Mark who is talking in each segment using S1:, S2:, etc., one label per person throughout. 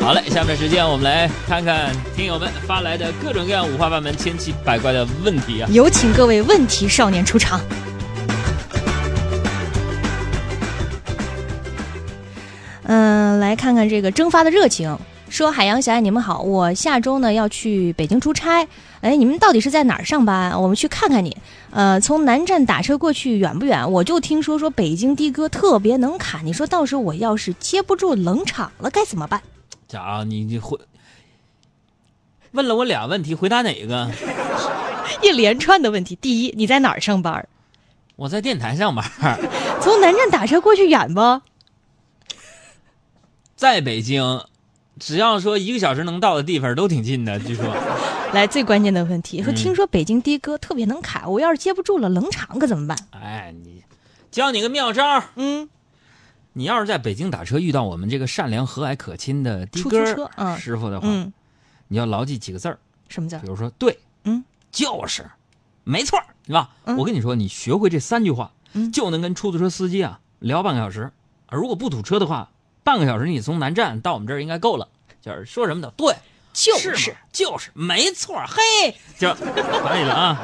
S1: 好嘞，下面时间我们来看看听友们发来的各种各样五花八门、千奇百怪的问题啊。
S2: 有请各位问题少年出场。嗯、来看看这个蒸发的热情。说海洋小爱，你们好，我下周呢要去北京出差，哎，你们到底是在哪儿上班？我们去看看你。呃，从南站打车过去远不远？我就听说说北京的哥特别能侃，你说到时候我要是接不住冷场了该怎么办？
S1: 家伙，你你回问了我俩问题，回答哪 个？
S2: 一连串的问题，第一，你在哪儿上班？
S1: 我在电台上班，
S2: 从南站打车过去远不？
S1: 在北京，只要说一个小时能到的地方都挺近的，据说。
S2: 来，最关键的问题，说
S1: 嗯
S2: 听说北京的哥特别能侃，我要是接不住了冷场可怎么办？
S1: 哎，你教你个妙招儿，
S2: 嗯，
S1: 你要是在北京打车遇到我们这个善良、和蔼、可亲的的
S2: 出租
S1: 哥
S2: 车嗯
S1: 儿师傅的话，
S2: 嗯，
S1: 你要牢记几个字儿，
S2: 什么叫
S1: 比如说对，
S2: 嗯，
S1: 就是，没错儿，是吧？
S2: 嗯
S1: 我跟你说，你学会这三句话，
S2: 嗯
S1: 就能跟出租车司机啊聊半个小时。如果不堵车的话，半个小时你从南站到我们这儿应该够了。就是说什么的，对，
S2: 就是是
S1: 嘛就是，没错儿，嘿，就可以了啊。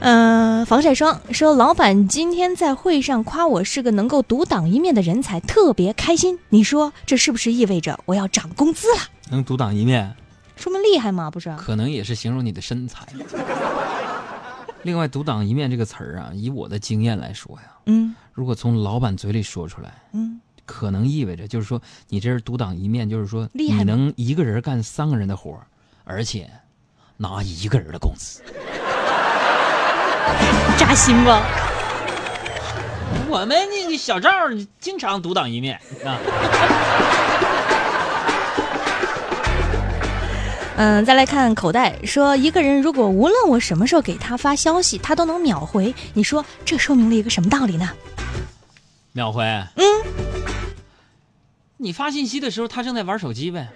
S2: 呃，防晒霜说，老板今天在会上夸我是个能够独当一面的人才，特别开心。你说这是不是意味着我要涨工资了？
S1: 能独当一面，
S2: 说明厉害吗？不是？
S1: 可能也是形容你的身材。另外，“独当一面”这个词儿啊，以我的经验来说呀，
S2: 嗯
S1: 如果从老板嘴里说出来，
S2: 嗯，
S1: 可能意味着就是说你这是独当一面，就是说
S2: 厉
S1: 你
S2: 害吗
S1: 能一个人干三个人的活儿，而且拿一个人的工资。
S2: 扎心吧。
S1: 我们那个小赵儿经常独当一面啊。
S2: 嗯、再来看口袋说，一个人如果无论我什么时候给他发消息，他都能秒回，你说这说明了一个什么道理呢？
S1: 秒回，嗯，你发信息的时候他正在玩手机呗。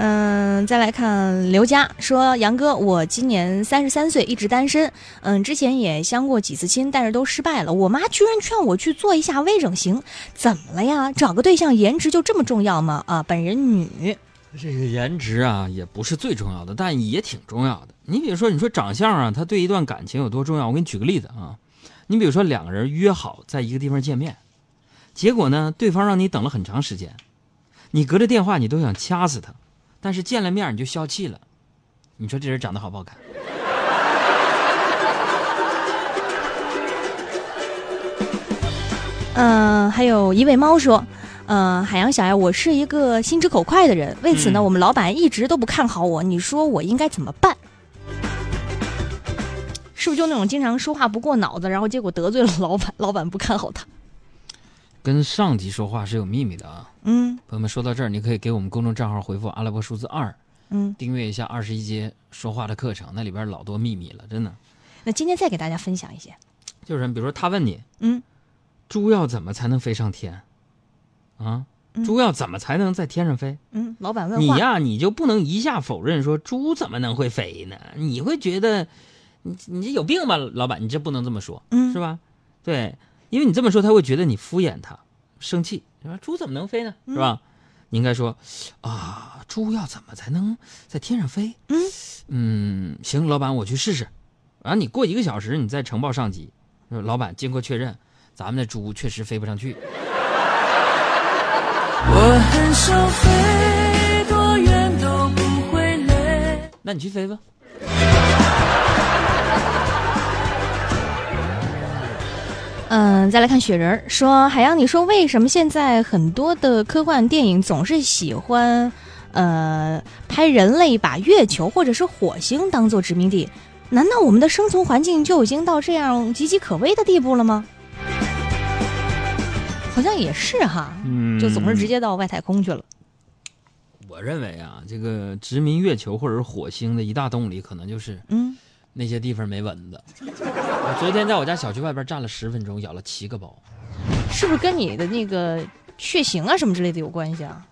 S2: 嗯，再来看刘佳说：“杨哥，我今年三十三岁，一直单身。嗯，之前也相过几次亲，但是都失败了。我妈居然劝我去做一下微整形，怎么了呀？找个对象颜值就这么重要吗？啊，本人女，
S1: 这个颜值啊，也不是最重要的，但也挺重要的。你比如说，你说长相啊，它对一段感情有多重要？我给你举个例子啊，你比如说两个人约好在一个地方见面，结果呢，对方让你等了很长时间，你隔着电话你都想掐死他，但是见了面你就消气了。你说这人长得好不好看？
S2: 嗯，还有一位猫说。”嗯，海洋小爱，我是一个心直口快的人，为此呢，
S1: 嗯
S2: 我们老板一直都不看好我。你说我应该怎么办？是不是就那种经常说话不过脑子，然后结果得罪了老板，老板不看好他？
S1: 跟上级说话是有秘密的啊。
S2: 嗯
S1: 朋友们，说到这儿，你可以给我们公众账号回复阿拉伯数字二，
S2: 嗯。
S1: 订阅一下二十一节说话的课程，那里边老多秘密了，真的。
S2: 那今天再给大家分享一些，
S1: 就是比如说他问你，
S2: 嗯，
S1: 猪要怎么才能飞上天？啊，
S2: 嗯
S1: 猪要怎么才能在天上飞？
S2: 嗯，老板问
S1: 你
S2: 话，
S1: 呀、你就不能一下否认说猪怎么能会飞呢？你会觉得你你这有病吧，老板，你这不能这么说，
S2: 嗯
S1: 是吧？对，因为你这么说，他会觉得你敷衍他，生气。你说猪怎么能飞呢？是
S2: 嗯
S1: 吧？你应该说啊，猪要怎么才能在天上飞？
S2: 嗯
S1: 嗯行，老板，我去试试。然后你过一个小时，你再呈报上级，说老板经过确认，咱们的猪确实飞不上去。
S3: 我很少飞，多远都不会累。
S1: 那你去飞吧。
S2: 嗯，再来看雪人儿说，海洋，你说为什么现在很多的科幻电影总是喜欢，呃，拍人类把月球或者是火星当做殖民地？难道我们的生存环境就已经到这样岌岌可危的地步了吗？好像也是哈，
S1: 嗯
S2: 就总是直接到外太空去了。
S1: 我认为啊，这个殖民月球或者是火星的一大动力，可能就是
S2: 嗯，
S1: 那些地方没蚊子。我昨天在我家小区外边站了十分钟，咬了七个包。
S2: 是不是跟你的那个血型啊什么之类的有关系啊？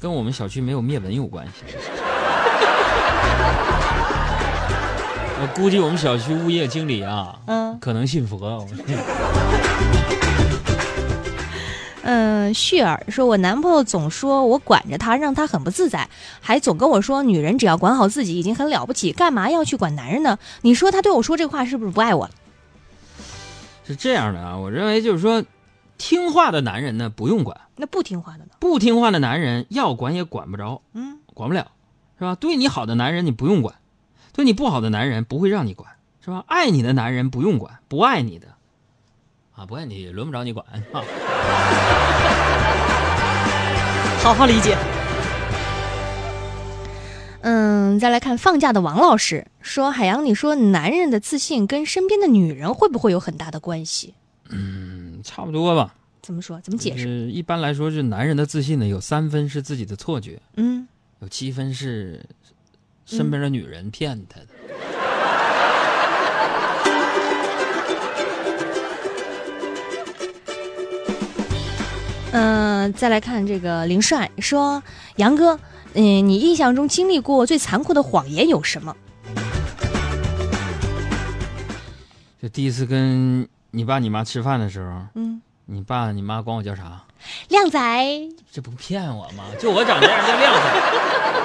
S1: 跟我们小区没有灭蚊有关系。 我估计我们小区物业经理啊，
S2: 嗯
S1: 可能信佛。啊我们
S2: 嗯，旭儿说，我男朋友总说我管着他，让他很不自在，还总跟我说，女人只要管好自己已经很了不起，干嘛要去管男人呢？你说他对我说这话是不是不爱我了？
S1: 是这样的啊，我认为就是说，听话的男人呢不用管，
S2: 那不听话的呢？
S1: 不听话的男人要管也管不着，
S2: 嗯，
S1: 管不了，是吧？对你好的男人你不用管，对你不好的男人不会让你管，是吧？爱你的男人不用管，不爱你的，啊，不爱你轮不着你管啊。
S2: 好好理解。嗯，再来看放假的王老师说：“海洋，你说男人的自信跟身边的女人会不会有很大的关系？
S1: 嗯，差不多吧。
S2: 怎么说？怎么解释？
S1: 是一般来说，是男人的自信呢，有三分是自己的错觉，
S2: 嗯，
S1: 有七分是身边的女人骗他的。
S2: 嗯、再来看这个林帅说：杨哥，嗯、你印象中经历过最残酷的谎言有什么？
S1: 就第一次跟你爸你妈吃饭的时候，
S2: 嗯，
S1: 你爸你妈管我叫啥？
S2: 靓仔，
S1: 这不骗我吗？就我长这样叫靓仔。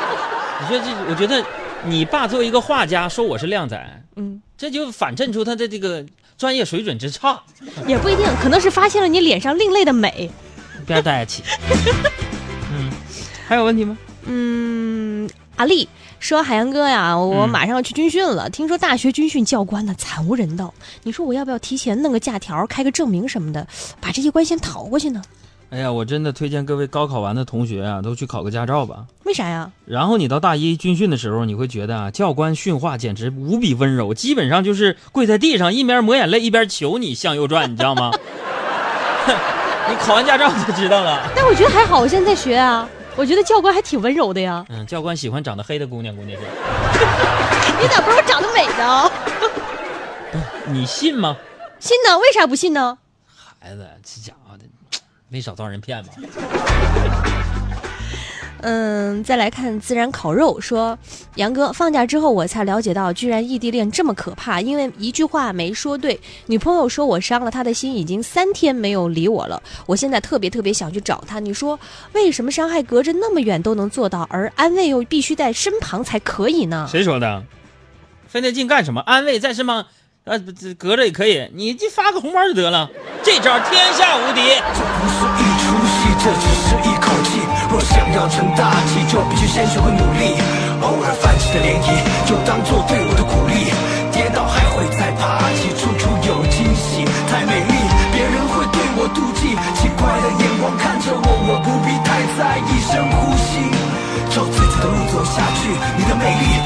S1: 你说这，我觉得你爸作为一个画家说我是靓仔，
S2: 嗯，
S1: 这就反衬出他的这个专业水准之差。
S2: 也不一定，可能是发现了你脸上另类的美。
S1: 不要在一 起。嗯，还有问题吗？
S2: 嗯，阿丽说：“海洋哥呀，我
S1: 嗯
S2: 马上要去军训了，听说大学军训教官呢惨无人道，你说我要不要提前弄个假条，开个证明什么的，把这些关先逃过去呢？
S1: 哎呀，我真的推荐各位高考完的同学啊，都去考个驾照吧。
S2: 为啥呀？
S1: 然后你到大一军训的时候，你会觉得啊，教官训话简直无比温柔，基本上就是跪在地上，一边抹眼泪，一边求你向右转，你知道吗？ 你考完驾照就知道了。
S2: 但我觉得还好，我现在在学啊，我觉得教官还挺温柔的呀。
S1: 嗯，教官喜欢长得黑的姑娘，关键是，
S2: 你哎咋不说我长得美呢？
S1: 你信吗？
S2: 信呢？为啥不信呢？
S1: 孩子，这家伙的，没少遭人骗吧？
S2: 嗯，再来看自然烤肉说，杨哥放假之后我才了解到，居然异地恋这么可怕，因为一句话没说对，女朋友说我伤了她的心，已经三天没有理我了。我现在特别特别想去找她，你说为什么伤害隔着那么远都能做到，而安慰又必须在身旁才可以呢？
S1: 谁说的？费那劲干什么？安慰在身旁，呃，不这隔着也可以，你就发个红包就得了。这招天下无敌。
S4: 不是一出戏，这只是一口气。若想要成大器，就必须先学会努力。偶尔泛起的涟漪，就当做对我的鼓励。跌倒还会再爬起，处处有惊喜，太美丽。别人会对我妒忌，奇怪的眼光看着我，我不必太在意。深呼吸，照自己的路走下去，你的美丽